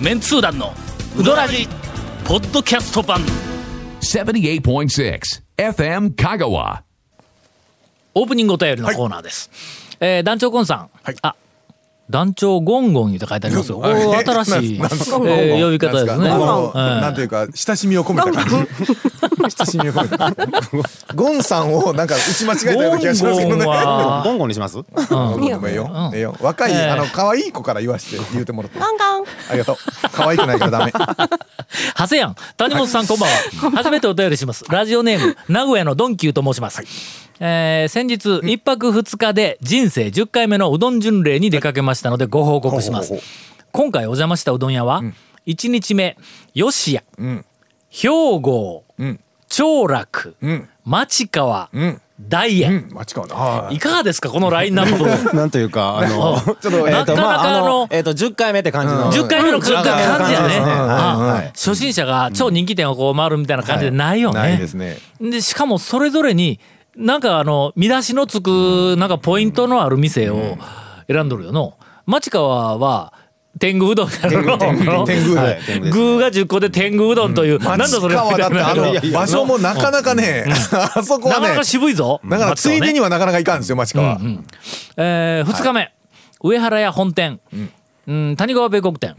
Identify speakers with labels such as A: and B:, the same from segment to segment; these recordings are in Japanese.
A: メンツー団のウドラジポッドキャスト版
B: 78.6 FM Kagawa.
A: オープニングお便りのコーナーです、えー団長ゴンさん、
C: はい
A: あ団長ゴンゴン言うて書いてありますよ。
C: ゴンゴン
A: おー新しい、え
C: ななんすかゴンゴン
A: ー呼び方ですね。
C: あの
A: はい
C: なんていうか親しみを込めた感じ。 親しみを込めた。ゴンさんをなんか打ち間違えたような気がしますけど
A: ゴン
C: ね
A: ゴン。は
D: ボンゴにします
C: ご めんごめんよ。ええよ。若い
A: ええ
C: あの可愛い子から言わして言うてもらって。
E: ガンガン。
C: ありがとう。可愛くないからダメ。
A: 長谷やん谷本さん、こんばん は初めてお便りしますラジオネーム名古屋のドンキューと申します、えー先日一泊二日で人生10回目のうどん巡礼に出かけましたのでご報告します、
C: ほうほ
A: 今回お邪魔したうどん屋は、一1日目吉谷、兵庫、
C: ん
A: 長楽、
C: ん
A: 町川、
C: ん
A: 大
C: う
A: 円、
C: ん、間違うな。はい
A: かがですかこのラインナ ップ
D: なんというか、あの、
C: ちょっとえ
A: なか
C: ーと
A: な
D: ま
A: かあ
D: あ
A: の
D: えっと、10回目って感じの。
A: 10回目の感じやね
D: うん
A: あ初心者が超人気店をこう回るみたいな感じでないよね、
C: ないですね。
A: でしかもそれぞれになんかあの見出しのつくなんかポイントのある店を選んどるよの町川は天狗うどんやろ
C: 天狗天狗
A: はい
D: 天狗ですね
A: 具が10個で天狗うどんという、なんだ
C: 町
A: それ
C: 川だってあ
A: みた い
C: の
A: な
C: 場所もなかなかね、 あそこ
A: なか
C: は
A: な
C: ね
A: か。渋いぞ
C: だからついでにはなかなかいかんですよ町川。
A: え2日目、上原屋本店、うん谷川米国店、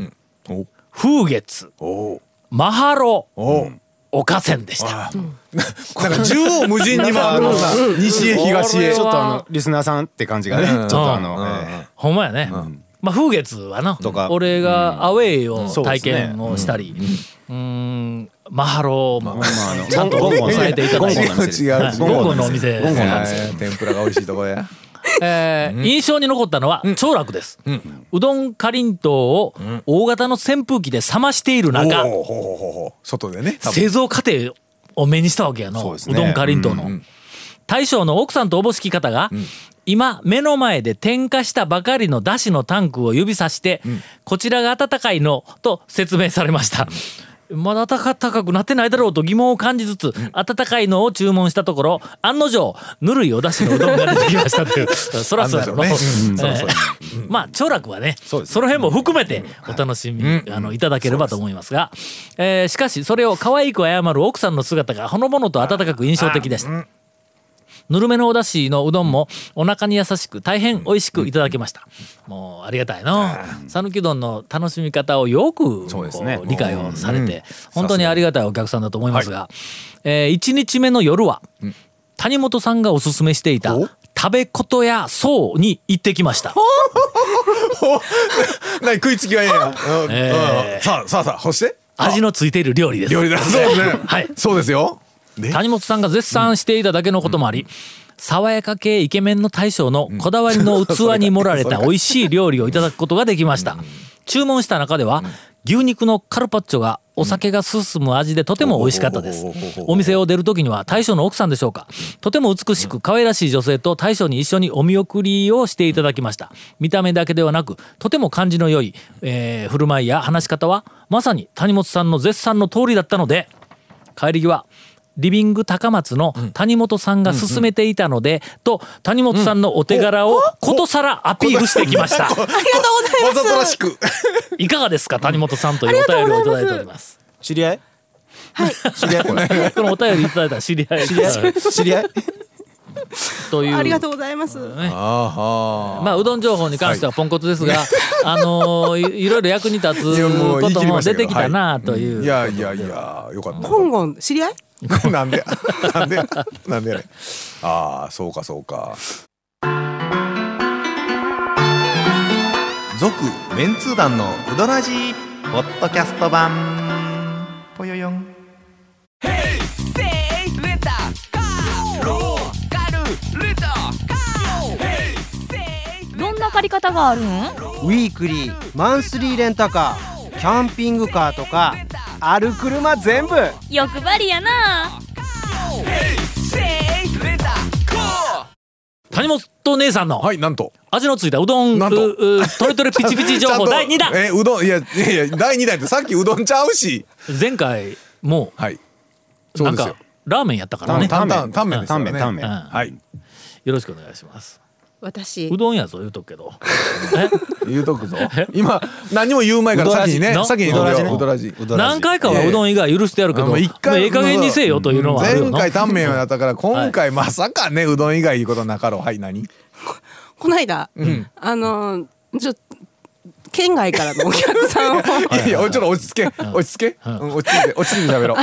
C: お
A: 風月
C: お
A: マハロ
C: お。
A: おかせんでした
C: なんか縦横無尽に回るような西へ東へ
A: これ
D: ちょ
A: は
D: っとあの、リスナーさんって感じがね、ちょっとあの、え
A: ほんまやね。まあ風月はな
D: とか
A: 俺がアウェイを
D: そう
A: 体
D: ですね
A: 験をしたり、うーん、マハローも
D: ーまああの
A: ちゃんとゴンゴンされていただいて
D: ゴンゴンの
C: 違
D: 店
C: う違う
A: ゴンゴンのお店
D: ゴンゴンのお店
C: えー天ぷらが美味しいとこで。
A: えー印象に残ったのは長楽です。うどんかりんとうを大型の扇風機で冷ましている中、
C: おおほうほうほうほう外でね。多分
A: 製造過程を目にしたわけや
D: そ
A: の
D: う
A: う,、
D: ですね
A: どんかりんとうの、大将の奥さんとおぼしき方が、今目の前で点火したばかりのだしのタンクを指さして、こちらが温かいのと説明されました、まだ温かくなってないだろうと疑問を感じつつ、温かいのを注文したところ案の定ぬるいお出汁のうどんが出てきました というそらそうやろな、
C: 案の定ね
A: えーまあ長楽はねそ
D: そうですね
A: の辺も含めてお楽しみ、あのいただければと思いますが、えーしかしそれを可愛く謝る奥さんの姿がほのぼのと温かく印象的でした。ぬるめのお出汁のうどんもお腹に優しく大変美味しくいただけました、もうありがたいな讃岐うどんの楽しみ方をよく
D: そうですね
A: こう理解をされて、本当にありがたいお客さんだと思いますが、え1日目の夜は、谷本さんがおすすめしていた
C: お
A: 食べことやそうに行ってきました
C: なに食いつきがええやん うんうん。さあさあさあそして
A: 味のついている料理です
C: 料理だ。そうですね。
A: はい
C: そうですよ。で
A: 谷本さんが絶賛していただけのこともあり、爽やか系イケメンの大将のこだわりの器に盛られ た美味しい料理をいただくことができました。注文した中では、牛肉のカルパッチョがお酒が進む味でとても美味しかったです
C: うん。
A: お店を出る時には大将の奥さんでしょうか。とても美しく可愛らしい女性と大将に一緒にお見送りをしていただきました。見た目だけではなく、とても感じの良い、えー振る舞いや話し方は、まさに谷本さんの絶賛の通りだったので、帰り際リビング高松の谷本さんが勧めていたので、と谷本さんのお手柄をことさらアピールしてきました
E: ありがとう
C: わ
E: ご
C: ざ
E: ざ
C: と
E: いま
C: ら
E: す
C: し。 く。
A: いかがですか谷本さんというお便りをいただいております
D: 知り合いはい。知り合いこれ。
A: このお便りいただいた知り合い
D: 知り合い知り合い
A: という
E: ありがとうございます。
C: あ
A: まあうどん情報に関してはポンコツですが、あのーいいろいろ役に立
C: いや
A: つ
C: もう
A: こ
C: 言い
A: と
C: 切り
A: も
C: ました
A: 出
C: けど
A: てきたなという
C: いやいやいやよかっ
E: ゴンゴン知り合い？
C: た。なんでなんでなんでやねん。ああそうかそうか。
F: 続メンツー団のウドラジーポッドキャスト版ぽよよん
G: どんな借り方があるん
H: ウィークリーマンスリーレンタカーキャンピングカーとかある車全部
G: 欲張りやな
A: 谷本姉さんの
C: はいなんと。
A: 味のついたうどん
C: なんと
A: ううトレトレピチピチ情
C: ちゃん
A: 報
C: と
A: 第2弾
C: えうどんいやいやいや第 二弾ってさっきうどんちゃうし。
A: 前回も
C: はい。
A: う
C: そ
A: な
C: うんですよ
A: か。ラーメンやったからね
C: タンタンタンメンですよ
D: タン
C: ね
D: メン、タンメン。
A: うん
C: はい。
A: よろしくお願いします。
I: 私
A: うどんやぞ言うとくけ どえ
C: 言うとくぞ今何も言う前から
D: うどら
C: 先
D: じ
C: にね
A: な
C: 先に言うとくようどらじ
A: 何回かはうどん以外許してやるけ
C: いや
A: ど
C: いやもう一回も
A: ええ加減にせえよというのはあるよ
C: 前
A: な
C: 回タンメンをやったから今回まさかねうどん以外いうことなかろうはい何
E: こないだ、あのーちょ県外からのお客 さんを
C: いやいやちょっと落ち着け落ち着けうん落ち着いて落ち着いて喋ろう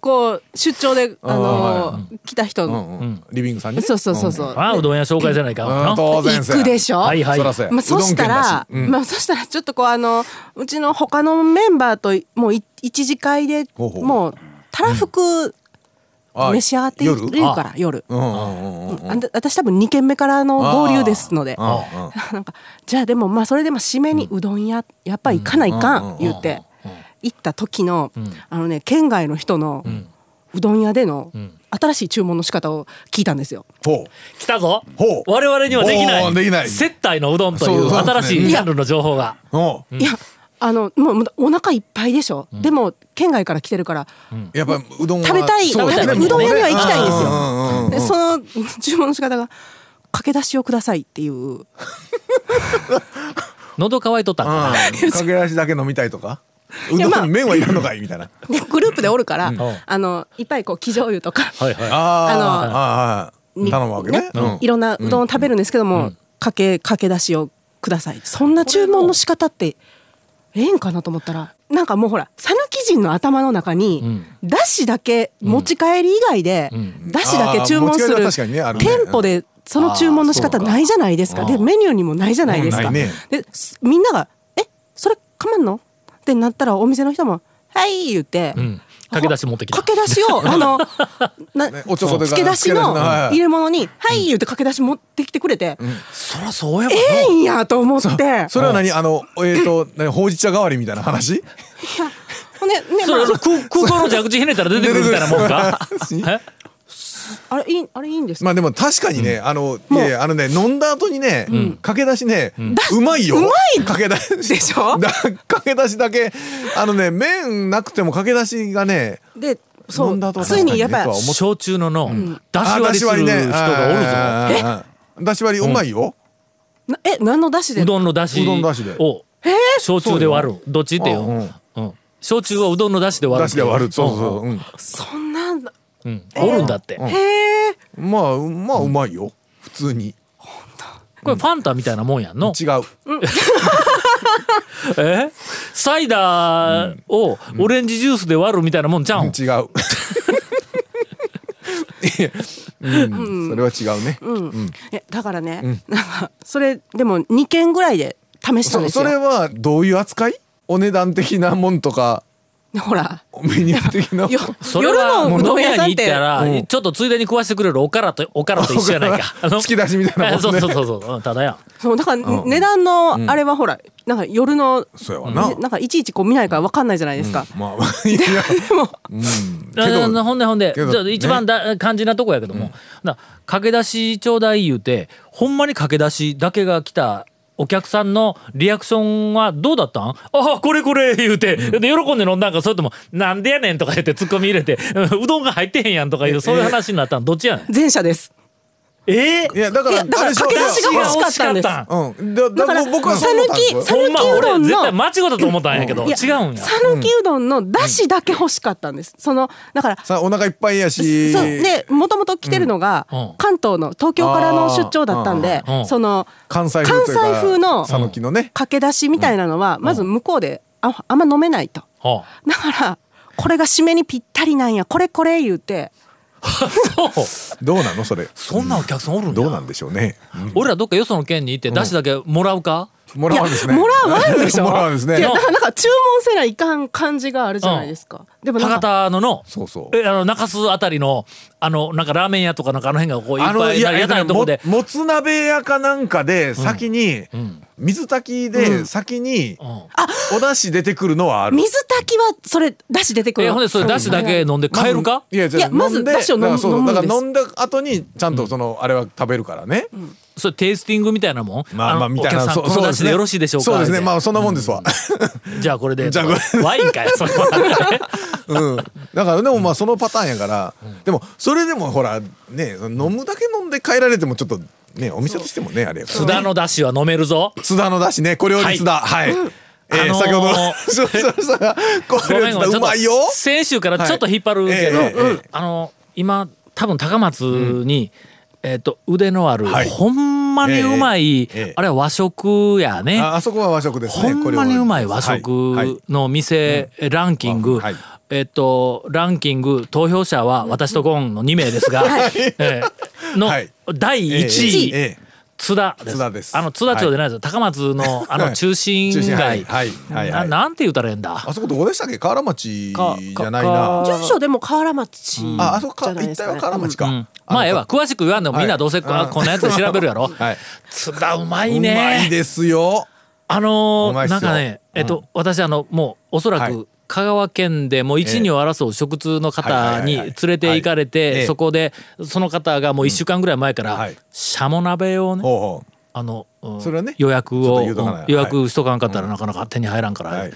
E: こう出張であのー来た人
C: う
E: の、
C: んうんリビングさんにね
E: そうそうそうそう、
A: あうどん屋紹介せないかん
C: うん
A: わな
C: 当然
E: 行くでしょ。
A: はいはい
C: そらそうや
E: まあ、そしたら、
C: うどん県だしうん
E: まあ、そしたら、ちょっとこう、あの、うちの他のメンバーと、もうい一次会で、
C: ほうほう
E: もう。たらふく、
C: あ
E: 召し上がっている
C: 夜うん
E: から、夜。
C: うんうんうん
E: あんた私多分2軒目からの合流ですので
C: あーあ
E: なんかじゃあでもまあそれでも締めにうどん屋やっぱ行かないか
C: うん
E: ん言って行った時の
A: ん
E: あのね県外の人のうどん屋での
A: ん
E: 新しい注文の仕方を聞いたんですよ。
C: ほう
A: 来たぞ
C: ほう
A: 我々にはできな
C: お
A: い
C: ーできない
A: 接待のうどんとい
C: そう
A: う
C: そうですね
A: 新しいジャンルの情報が
C: ほう
E: いやあのもうもうお腹いっぱいでしょ、でも県外から来てるから
C: やっぱうどんは
E: 食べたい
C: そうですね
E: 食べたいうどん屋には行きたいんですよ
C: うんうんうん
E: でその 注文の仕方が駆け出しをくださいっていう
A: 喉乾いとったんか
C: うんかけらしだけ飲みたいとかう
E: や
C: どん
E: まあ
C: 麺はいらんのかいみたいな
E: でグループでおるから、
A: ん
E: あのいっぱいこう生醤油とか
A: なはいは
C: あーあー
E: に
C: 頼むわけねうん
E: いろんなうどんを食べるんですけども、かけかけ出しをくださいそんな注文の仕方ってええんかなと思ったらなんかもうほら讃岐人の頭の中に、だしだけ持ち帰り以外で、だしだけ注文す
C: あー持ち帰り
E: る
C: は確かにねあるね
E: 店舗でその注文の仕方ないじゃないですかでメニューにもないじゃないですか、
C: うんないね
E: ですみんなが「えそれかまんの?」ってなったらお店の人も「はい」言って、
A: ん駆け出し持ってきた
E: 駆け出し をあのな、
C: ねおちょこで
E: 付け出しの
C: はい
E: 入れ物に「はい」言って駆け出し持ってきてくれて、
A: いそらそうやわ
E: え
A: な
E: えんやと思って
C: それは何あのえっと何ほうじ茶代わりみたいな話
E: ほんでね、
A: それ
E: ま
A: 空空港の蛇口ひねったら出てくるみたいなもん かえ
E: あ、あれいいあれいいんですか、
C: まあでも確かにね、あのい
E: もう
C: やいやあのね飲んだ後にね、駆け出しね、うまいよ
E: うまい
C: 駆け出し
E: でしょ
C: だ駆け出しだけあのね麺なくても駆け出しがね
E: でそ
C: 飲ん
E: う
C: だ後は
E: ついにやっぱ
C: 確かにねとは思
E: り
A: 焼酎のの出し
C: あ
A: 割りする人がおるぞ
C: がおるぞだし割りうまいよ、
E: なえ何の出汁で
A: うどんの出汁
C: うどんの出汁で
A: を焼酎で割るどっちってい
C: あ
A: ううん焼酎はうどんの出汁で割る
C: だしで割るそうそうそう、うん
E: そんな
A: うんおるんだって
E: へえ
C: まあうまあうまいよ普通に
A: これファンタみたいなもんやんの
C: 違う
A: えサイダーをオレンジジュースで割るみたいなもんちゃうん
C: 違ういやうん、それは違うね、
E: えだからね、なんかそれでも2軒ぐらいで試したん
C: そ
E: です
C: そ
E: よ
C: れはどういう扱いお値段的なもんとか
E: でほら
C: メニュー的なもん
E: よ
A: それ
E: 夜
A: は
E: の
A: う
E: う
A: ど
E: ど
A: ん
E: ん
A: 屋
E: 屋さん
A: に行
E: っ
A: ってたら、
C: うん
A: ちょっとついでに食わしてくれるおからとおからと一緒や ないかあの
C: 突き出しみたいなもんね
A: そうそうそうそううんただやん
E: そうだから値段のあれはほらなんか夜の
C: そうやわな、
E: ねなんかいちいちこう見ないからわかんないじゃないですか、
C: まあいやいや
E: でも
A: あ
C: けど
A: あほんでほんで、
C: けど
A: じゃあ一番だ肝心なとこやけども、な駆け出しちょうだい言うてほんまに駆け出しだけが来たお客さんのリアクションはどうだったんああこれこれ言うて、で喜んで飲んだんかそれとも「なんでやねん」とか言ってツッコミ入れて 「うんうどんが入ってへんやん」とかいうそういう話になったんどっちやねん
E: 前者です
A: え
C: いやだか
E: い
C: ら
E: やだか
C: あれ
E: ら
C: でしょ
E: 駆け出しが欲しかったんです
A: いや
C: うんだだ
E: だから
C: 僕はそう思ったんですよ
E: さぬき
A: ほんま
E: 讃岐う
A: 俺
E: どんの
A: 絶対間違ったと思ったんやけど、
E: いや
A: 違うんや。
E: 讃岐うどんのだしだけ欲しかったんです、そのだから
C: さお腹いっぱいや
E: そう
C: し
E: でもともと来てるのが、
A: うんうん
E: 関東の東京からの出張だったんで、
A: うんうん
E: その
C: 関西風というか
E: 関西風の
C: 讃岐のね、
E: 駆け出しみたいなのは、まず向こうでああんま飲めないと
A: は
E: だからこれが締めにぴったりなんやこれこれ言うて
A: あそう
C: どうなのそれ
A: そんなお客さんおるん
C: どう
A: だ
C: なんでしょうね、
A: 俺らどっかよその県に行って出汁だけもらうか、
C: もらわんですね
E: いやもらわんでし ょ
C: もらわんです
E: いや
C: ね
E: だからなんか注文せないかん感じがあるじゃないですか、でもなん
A: 博
E: か
A: 多のの
C: そうそう
A: えあの中洲あたりのあのなんかラーメン屋とかなんかあの辺がこういっ
C: あの
A: ぱい
C: い
A: な
C: や
A: 屋
C: い
A: 台
C: や
A: のとこ
C: も
A: で
C: もつ鍋屋かなんかで先に、水炊きで先に、
A: ん
C: お出汁出てくるのはある、
E: 水炊きはそれだし出てくる
A: えほんでそれ出汁だけ飲んで帰るか
C: いやじゃあ
E: いやまず
C: 飲んで
E: 出汁を飲
C: だから
E: む
C: そう
E: 飲むんです
C: だから飲んだ後にちゃんとその、あれは食べるからね、
A: それテイスティングみたいなもん
C: まあまあみたい
A: お
C: な
A: 客さんこの出汁でよろしいでしょうか
C: そうですね
A: 言うて
C: まあそんなもんですわ、
A: じゃあこれで
C: じゃあこれ
A: ワインかよそれは
C: うん、だからでもまあそのパターンやから、でもそれでもほらね飲むだけ飲んで帰られてもちょっとねお店としてもねあれやから
A: 津田のだしは飲めるぞ
C: 津田のだしね小料理津田はい、えー
A: あのー
C: 先ほど そうそうそう小
A: ご
C: 料
A: めん
C: 理津
A: ごめん
C: 田うまいよ
A: ちょっと先週からちょっと引っ張るけど、
C: はいええええええ
A: あの今多分高松に、えっと腕のある、
C: はい
A: ほんまにうまい、
C: ええええ
A: あれは和食やね
C: ああそこは和食です
A: ほ
C: ね
A: んまにうまい和食の店ランキング、
C: はい
A: えっとランキング投票者は私とゴンの2名ですが、えーの
C: はい
A: 第1位、津田です
C: 津田です
A: あの津田町でないですよ、高松のあの中心街、
C: はいはいはい
A: な
C: はい
A: なんて言ったらええんだ
C: あそこどこでしたっけ河原町じ
A: か
C: ゃないな
E: 住所でも河原町
C: ああそこ
E: じ
C: か
E: ゃないで
C: 一
E: す
C: 体
E: か
C: は河
E: ね
C: 原町
A: う
C: か、
A: ん、まあええわ詳しく言わんでもみんなどうせこ,、
C: はいうん
A: こんなやつで調べるやろ、
C: はい
A: 津田うまいうね
C: まいですよ
A: あの
C: うまい
A: ー、
C: っ
A: な
C: す
A: ん
C: よ
A: かね、えっと、私あの、もう、おそら
C: はい
A: く、香川県でもう一、
C: ええ
A: 二を争う食通の
C: はいはい
A: 方
C: はい
A: に
C: はい
A: 連れて行かれて、
C: ええ
A: そこで、その方がもう一週間ぐらい前から、
C: うんはい
A: シャモ鍋をね、
C: ほうほう
A: あの、うん
C: それはね
A: 予約
C: ちょっ
A: を、う
C: と言うとかなんい
A: 予約しとかんかったらなかなか手に入らんから、
C: はい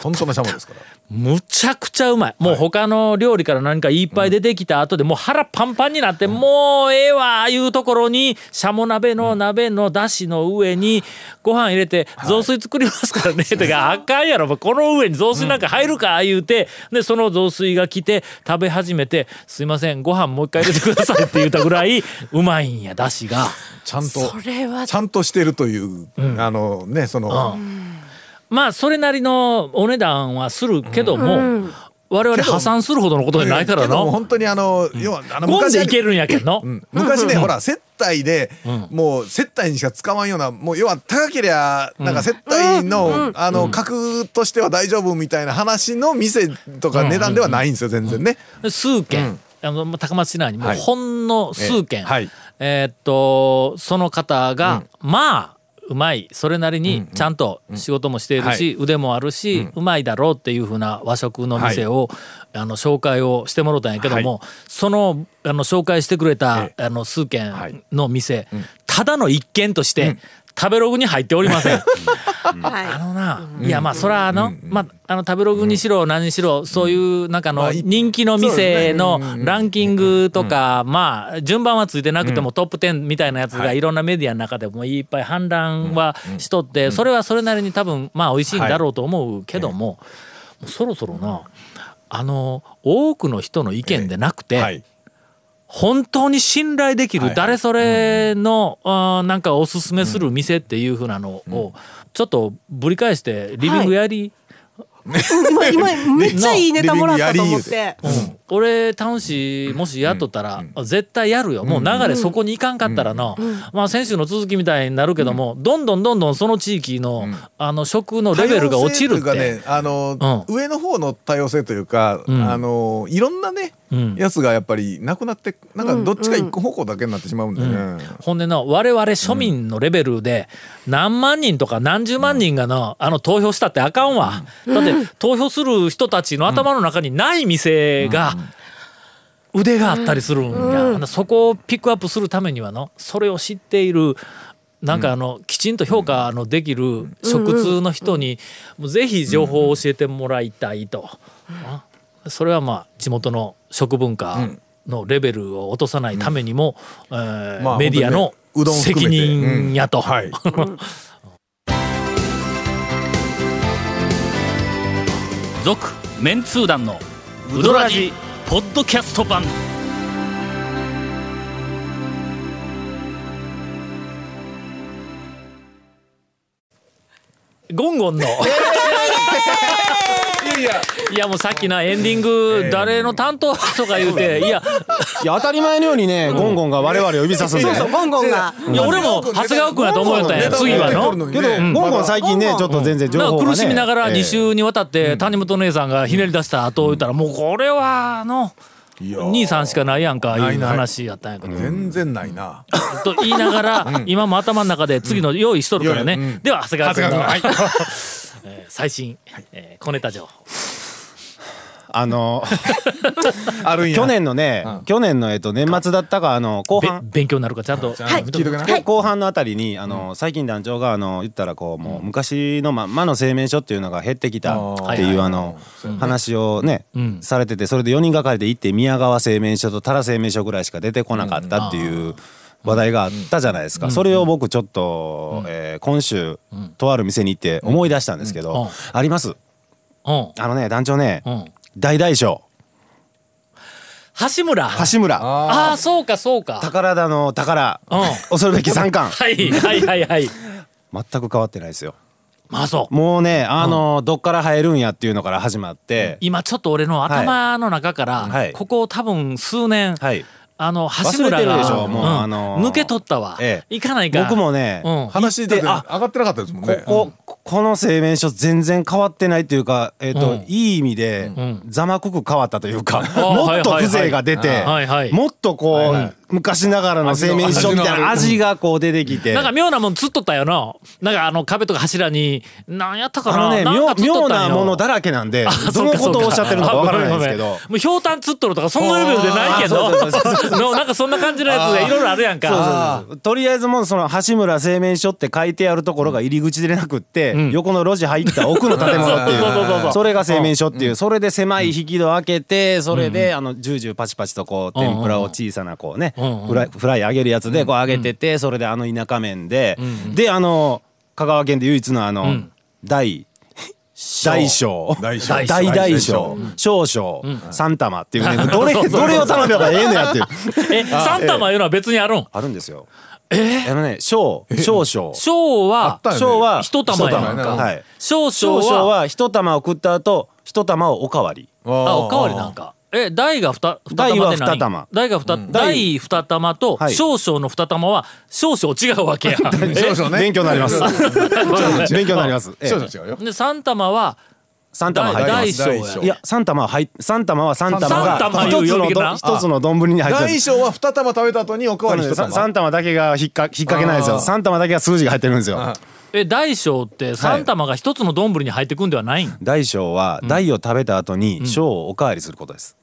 C: 本当のシャモですから
A: むちゃくちゃうまい。もう他の料理から何かいっぱい出てきた後で、もう腹パンパンになって、もうええわいうところに、シャモ鍋の鍋のだしの上に、ご飯入れて、雑炊作りますからね。てか、あかんやろ。もうこの上に雑炊なんか入るか言うて、で、その雑炊が来て、食べ始めて、すいません、ご飯もう一回入れてくださいって言ったぐらい、うまいんや、だし が。
C: ちゃんと
E: それは
C: ちゃんとしてるという、あのねその、
A: まあ、それなりのお値段はするけども、我々破産するほどのことじゃないから
C: けど
A: な
C: も。本当にあの、要はあの
A: ゴンでいけ
C: る、
A: るんやけんの。
C: うん昔ね、ほら接待で、もう接待にしか使わんようなもう要は高けりゃなんか接待の、あの格としては大丈夫みたいな話の店とか値段ではないんですよ全然ね、
A: 数軒、あのまあ高松市内にもう
C: はい
A: ほんの数軒、え
C: えはい
A: ーっとその方が、まあうまいそれなりにちゃんと仕事もしているし、腕もあるし、うまいだろうっていうふうな和食の店を、あの紹介をしてもろたんやけども、そのあの紹介してくれた、あの数軒の店、ただの一軒として、食べログに入っておりませ ん。あ
E: は
A: のな、いやまあそらあの、まああの食べログにしろ何にしろ、そういうなんかあ
C: ま
A: の
C: あい
A: 人気の店のランキングとか、まあ順番はついてなくてもトップ10みたいなやつがいろんなメディアの中でもいっぱい判断はしとって、それはそれなりに多分まあ美味しいんだろうと思うけども、もうそろそろな、あの多くの人の意見でなくて、
C: はい
A: 本当に信頼できる誰それの、あーなんかおすすめする店っていうふうなのをちょっとぶり返してリビングやり、
E: い、今今めっちゃいいネタもらったと思っ
C: リビングや
E: て
A: うん俺タウン氏もしやっとったら、絶対やるよもう流れそこに行かんかったらの、まあ先週の続きみたいになるけども、どんどんどんどんその地域の、あの食のレベルが落ちるって。
C: 多様性というかねあの、
A: う
C: 上の方の多様性というか、
A: ん
C: あのいろんなね、
A: うん
C: やつがやっぱりなくなってなんかどっちか一個方向だけになってしまうんだよね、
A: ほんでな我々庶民のレベルで何万人とか何十万人がな、あの投票したってあかんわ、だって投票する人たちの頭の中にない店が腕があったりするんや、ほんでそこをピックアップするためにはのそれを知っているなんかあのきちんと評価のできる食通の人にもうぜひ情報を教えてもらいたいと。あそれはまあ地元の食文化のレベルを落とさないためにも、えー
C: まあ
A: メディアの
C: 本当にねうどん含
A: 責
C: めて
A: 任やと。
C: はい
A: 続、メンツー団のウドラジポッドキャスト版。ゴンゴン の。いやもうさっきなエンディング誰の担当とか言うていや
D: いや当たり前のようにねゴンゴンが我々を指さすんで
E: そうそう
D: ね
E: ゴンゴンが
A: いや俺も長谷川君やと思うよったんや次はの。
D: けどゴンゴン最近ねちょっと全然情
A: なん
D: 報
A: か
D: がね
A: 苦しみながら
D: ええ
A: 2週にわたって谷本姉さんがひねり出した後を言ったらもうこれはあの
C: いやー
A: 兄さんしかないやんか
C: ないない
A: いう話やったんやけど。
C: 全然ないな、
A: と言いながら今も頭の中で次の用意しとるから
C: うん用意う
A: ね。
C: ん
A: では長谷川君の
C: 長谷川君
A: えー最新えー小ネタ情報。
D: あの
C: あるんや
D: 去年のね去年のえっと年末だったかあの後
A: べ
D: 半
A: 勉強になるからちゃんと見と
C: 聞いと
A: く
C: けな、
D: 後半のあたりにあの、最近団長があの言ったらこうもう昔のまんまの製麺所っていうのが減ってきた
C: あ
A: ー
D: ってい
A: はいうはい
D: あの話をね、
A: ん
D: されててそれで4人がかりで行って宮川製麺所と多良製麺所ぐらいしか出てこなかったっていう話題があったじゃないですか、それを僕ちょっと、えー今週、とある店に行って思い出したんですけど、
A: うんうん
D: あります
A: うん
D: あのね団長ね、
A: うん
D: 大大将
A: 橋村
D: 橋村
A: ああそうかそうか
D: 宝田の宝、
A: うん
D: 恐るべき三冠
A: はいはいはいはい
D: 全く変わってないですよ
A: まあそう
D: もうねあの、どっから入るんやっていうのから始まって、
A: 今ちょっと俺の頭の中から、
D: いはい
A: ここ多分数年、
D: はい
A: あの橋村
D: 忘れてるでし
A: が
D: ょもうあのー
A: 抜け取ったわ、
D: ええ
A: 行かないか
D: 僕もね、
A: うん
C: 話だって上
D: あ
C: がってなかったですもんね。
D: こここの製麺所全然変わってないというか、えっと
A: うん
D: いい意味で
A: ん
D: ざまくく変わったというか、
A: あ
D: もっと風情が出て、
A: はいはい
D: もっとこう、昔ながらの製麺所みたいな味がこう出てきて。
A: なんか妙なもんつっとったよな。なんかあの壁とか柱に、なんやったか
D: あ
A: な。
D: のね
A: んか
D: 妙
A: つっと
D: 妙
A: ったん
D: な
A: よ
D: ものだらけなんで
A: あ
D: ど
A: そう
D: の
A: かそ
D: こ
A: う
D: とをおっしゃってるのかわからないんで
A: あごめ
D: すけ
A: んごめん
D: ど
A: もうひょうたんつっとるとかそんなレベルでないけど
D: あーそうそうそうそう
A: のなんかそんな感じのやつがいろいろあるやんか
D: そうそうそうとりあえずもうその橋村製麺所って書いてあるところが入り口でなくって、
A: ん
D: 横の路地入った奥の建物ってい
A: そうそうそうそう
D: うそれが製麺所っていう、それで狭い引き戸開けてそれであのジュージューパチパチとこう
A: うんうんうん
D: 天ぷらを小さなこうね、
A: うんうん
D: フライフライ揚げるやつでこう揚げてて、それであの田舎麺で、であの香川県で唯一のあの、
A: ん
D: 大大小
C: 大小
D: 大大小小小三玉っていうねどれどれを頼めばええのやっていう。
A: え三玉いうのは別にあるん
D: あるんですよ。えあのね、小、小小。
A: 小は
C: たよね
D: 小は
A: 一玉やん
D: 一玉
A: か
D: はい。
A: 小小
D: 小小
A: は
D: は一玉を食った後、一玉をおかわり。
A: あ
C: あ
A: おかわりなんかえ大が二二玉
D: 大は
A: で何
D: 二玉
A: 大が二大二玉と
D: はい
A: 小小の二玉は少々違うわけやん
C: 少々ね
D: 勉強になり ます。勉強になります。え
C: 少
D: え
C: 々違うよ。
A: で三玉は
D: 三玉
A: 大
D: 入ってま
A: 大小
D: す。
A: や
C: 大小
D: いや、三玉は入っ、三玉は三玉が
A: 三玉
D: 一つ
A: いう呼
D: の
A: び方
D: ど、一つの丼に入って
C: 大
D: ます。
C: 小は二玉食べた後におかわり一
D: 三
C: 玉。
D: 三玉だけが引っか引っ掛けないですよ。三玉だけが数字が入ってるんですよ。
A: え大小って三玉が一つの丼に入ってくんではないん、
D: 大小は大を食べた後に小をおかわりすることです。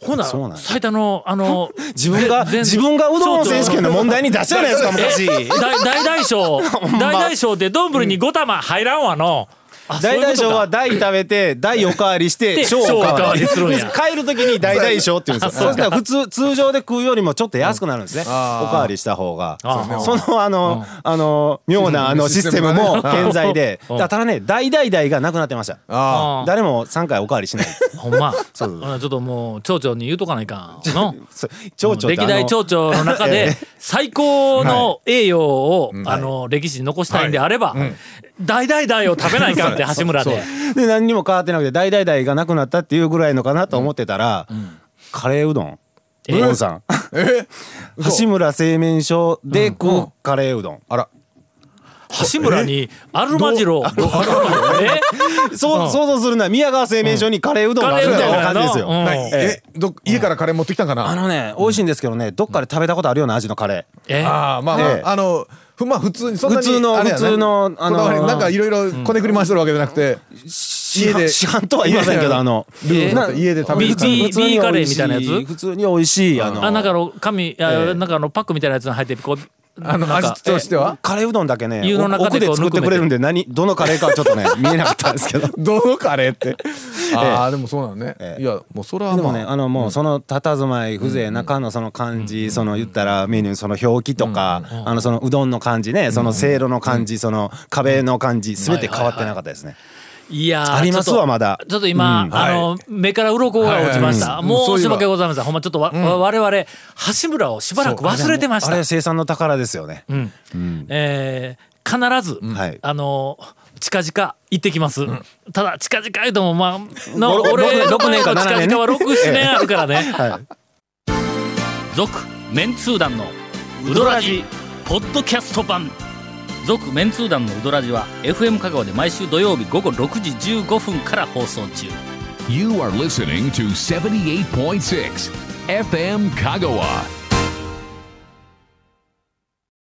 A: ほな
D: そうなんや
A: 最多のあの
D: 自分が
A: ぜ全
D: 自分がうどんの選手権の問題に出したじゃないですか昔。
A: 大大大 小大大小って丼に5玉入らんわの、あそうい
D: 大
A: うこと
D: 大
A: か
D: 小は大食べて大おかわりし
A: で
D: て小おかわり
A: 小おかわりするんや
D: 帰る時に大大小って言うんですよそうしたら普通通常で食うよりもちょっと安くなるんですねおかわりした方が
A: あー
D: そのあのあの妙なあのシステムも 健在で
A: うん
D: だからね大大大がなくなってました
A: あ
C: あ
A: ー
D: 誰も3回おかわりしない
A: ほんま
D: そう
A: ほなちょっともう町長に言うとかないかんの
D: そう 蝶々って
A: 歴
D: あの
A: 代町長の 中で最高の栄誉を、あの歴史に残したいんであれば、大大大を食べない かんって橋村で
D: で何にも変わってなくて大大大がなくなったっていうぐらいのかなと思ってたらカレーうどんうどんさん橋村製麺所で食うカレーうどん
C: あら。
A: 橋村にアルマジロえ
D: そう想像するな宮川製麺所にカレーうどんがあるみたいな感じですよ、
A: うん
C: 何え、ど家からカレー持ってきたんかな。
D: あ
C: あ
D: のね美味しいんですけどねどっかで食べたことあるような味のカレ
A: え
C: あまあま
D: ええ
C: ああのふまあ普通にそんなに
D: 普通の
C: あれやね
D: 普通のあの
C: こだわりなんかいろいろこねくり回してるわけじゃなくて
D: ー
C: 家で
D: 市販市販とは言いません けどあの
C: ルールだっ
D: な
C: た家で食べる感
A: ビ
C: じ
A: ービーカレーみたいなやつ
D: 普通に美味しいあの
A: あなんかあの紙、あ
D: ええ
A: なんかあのパックみたいなやつに入ってこう
C: あの
A: なんか
C: 味としては
D: カレーうどんだけね
A: 湯の中で
D: 奥で
A: こう
D: 作ってくれるんで何どのカレーかはちょっ とね見えなかったんですけど
C: どのカレーってああでもそうなのねいやもうそれは
D: でも
C: も
D: ね
C: う
D: あのもうその佇まい風情中のその感じその言ったらメニューその表記とかあのそのうどんの感じねそのせいろの感じその壁の感じ全て変わってなかったですね
A: いやー
D: ありますわ
A: ちょっと
D: まだ
A: ちょっと今、
D: うん
A: あの目から鱗が落ちました、
C: はいはいはい
A: も
C: そうう
A: 申
C: いえ
A: し
C: ば
A: 訳ございませんほんまちょっとわ、我々橋村をしばらく忘れてまし
D: あ
A: た
D: れ生産の宝ですよね
A: うんえー必ず、
D: はい
A: あの近々行ってきます、ただ近々言うともまあの
D: ろ
A: 俺
D: ろ
A: 6
D: くろく
A: 年
D: 年
A: 後
D: か
A: 近
D: 7年ね
A: 々は67年あるから ね
D: はい
A: 続メンツー団のウドラジポッドキャスト版続メンツー団のウドラジは FM 香川で毎週土曜日午後6時15分から放送中
B: You are listening to 78.6 FM Kagawa.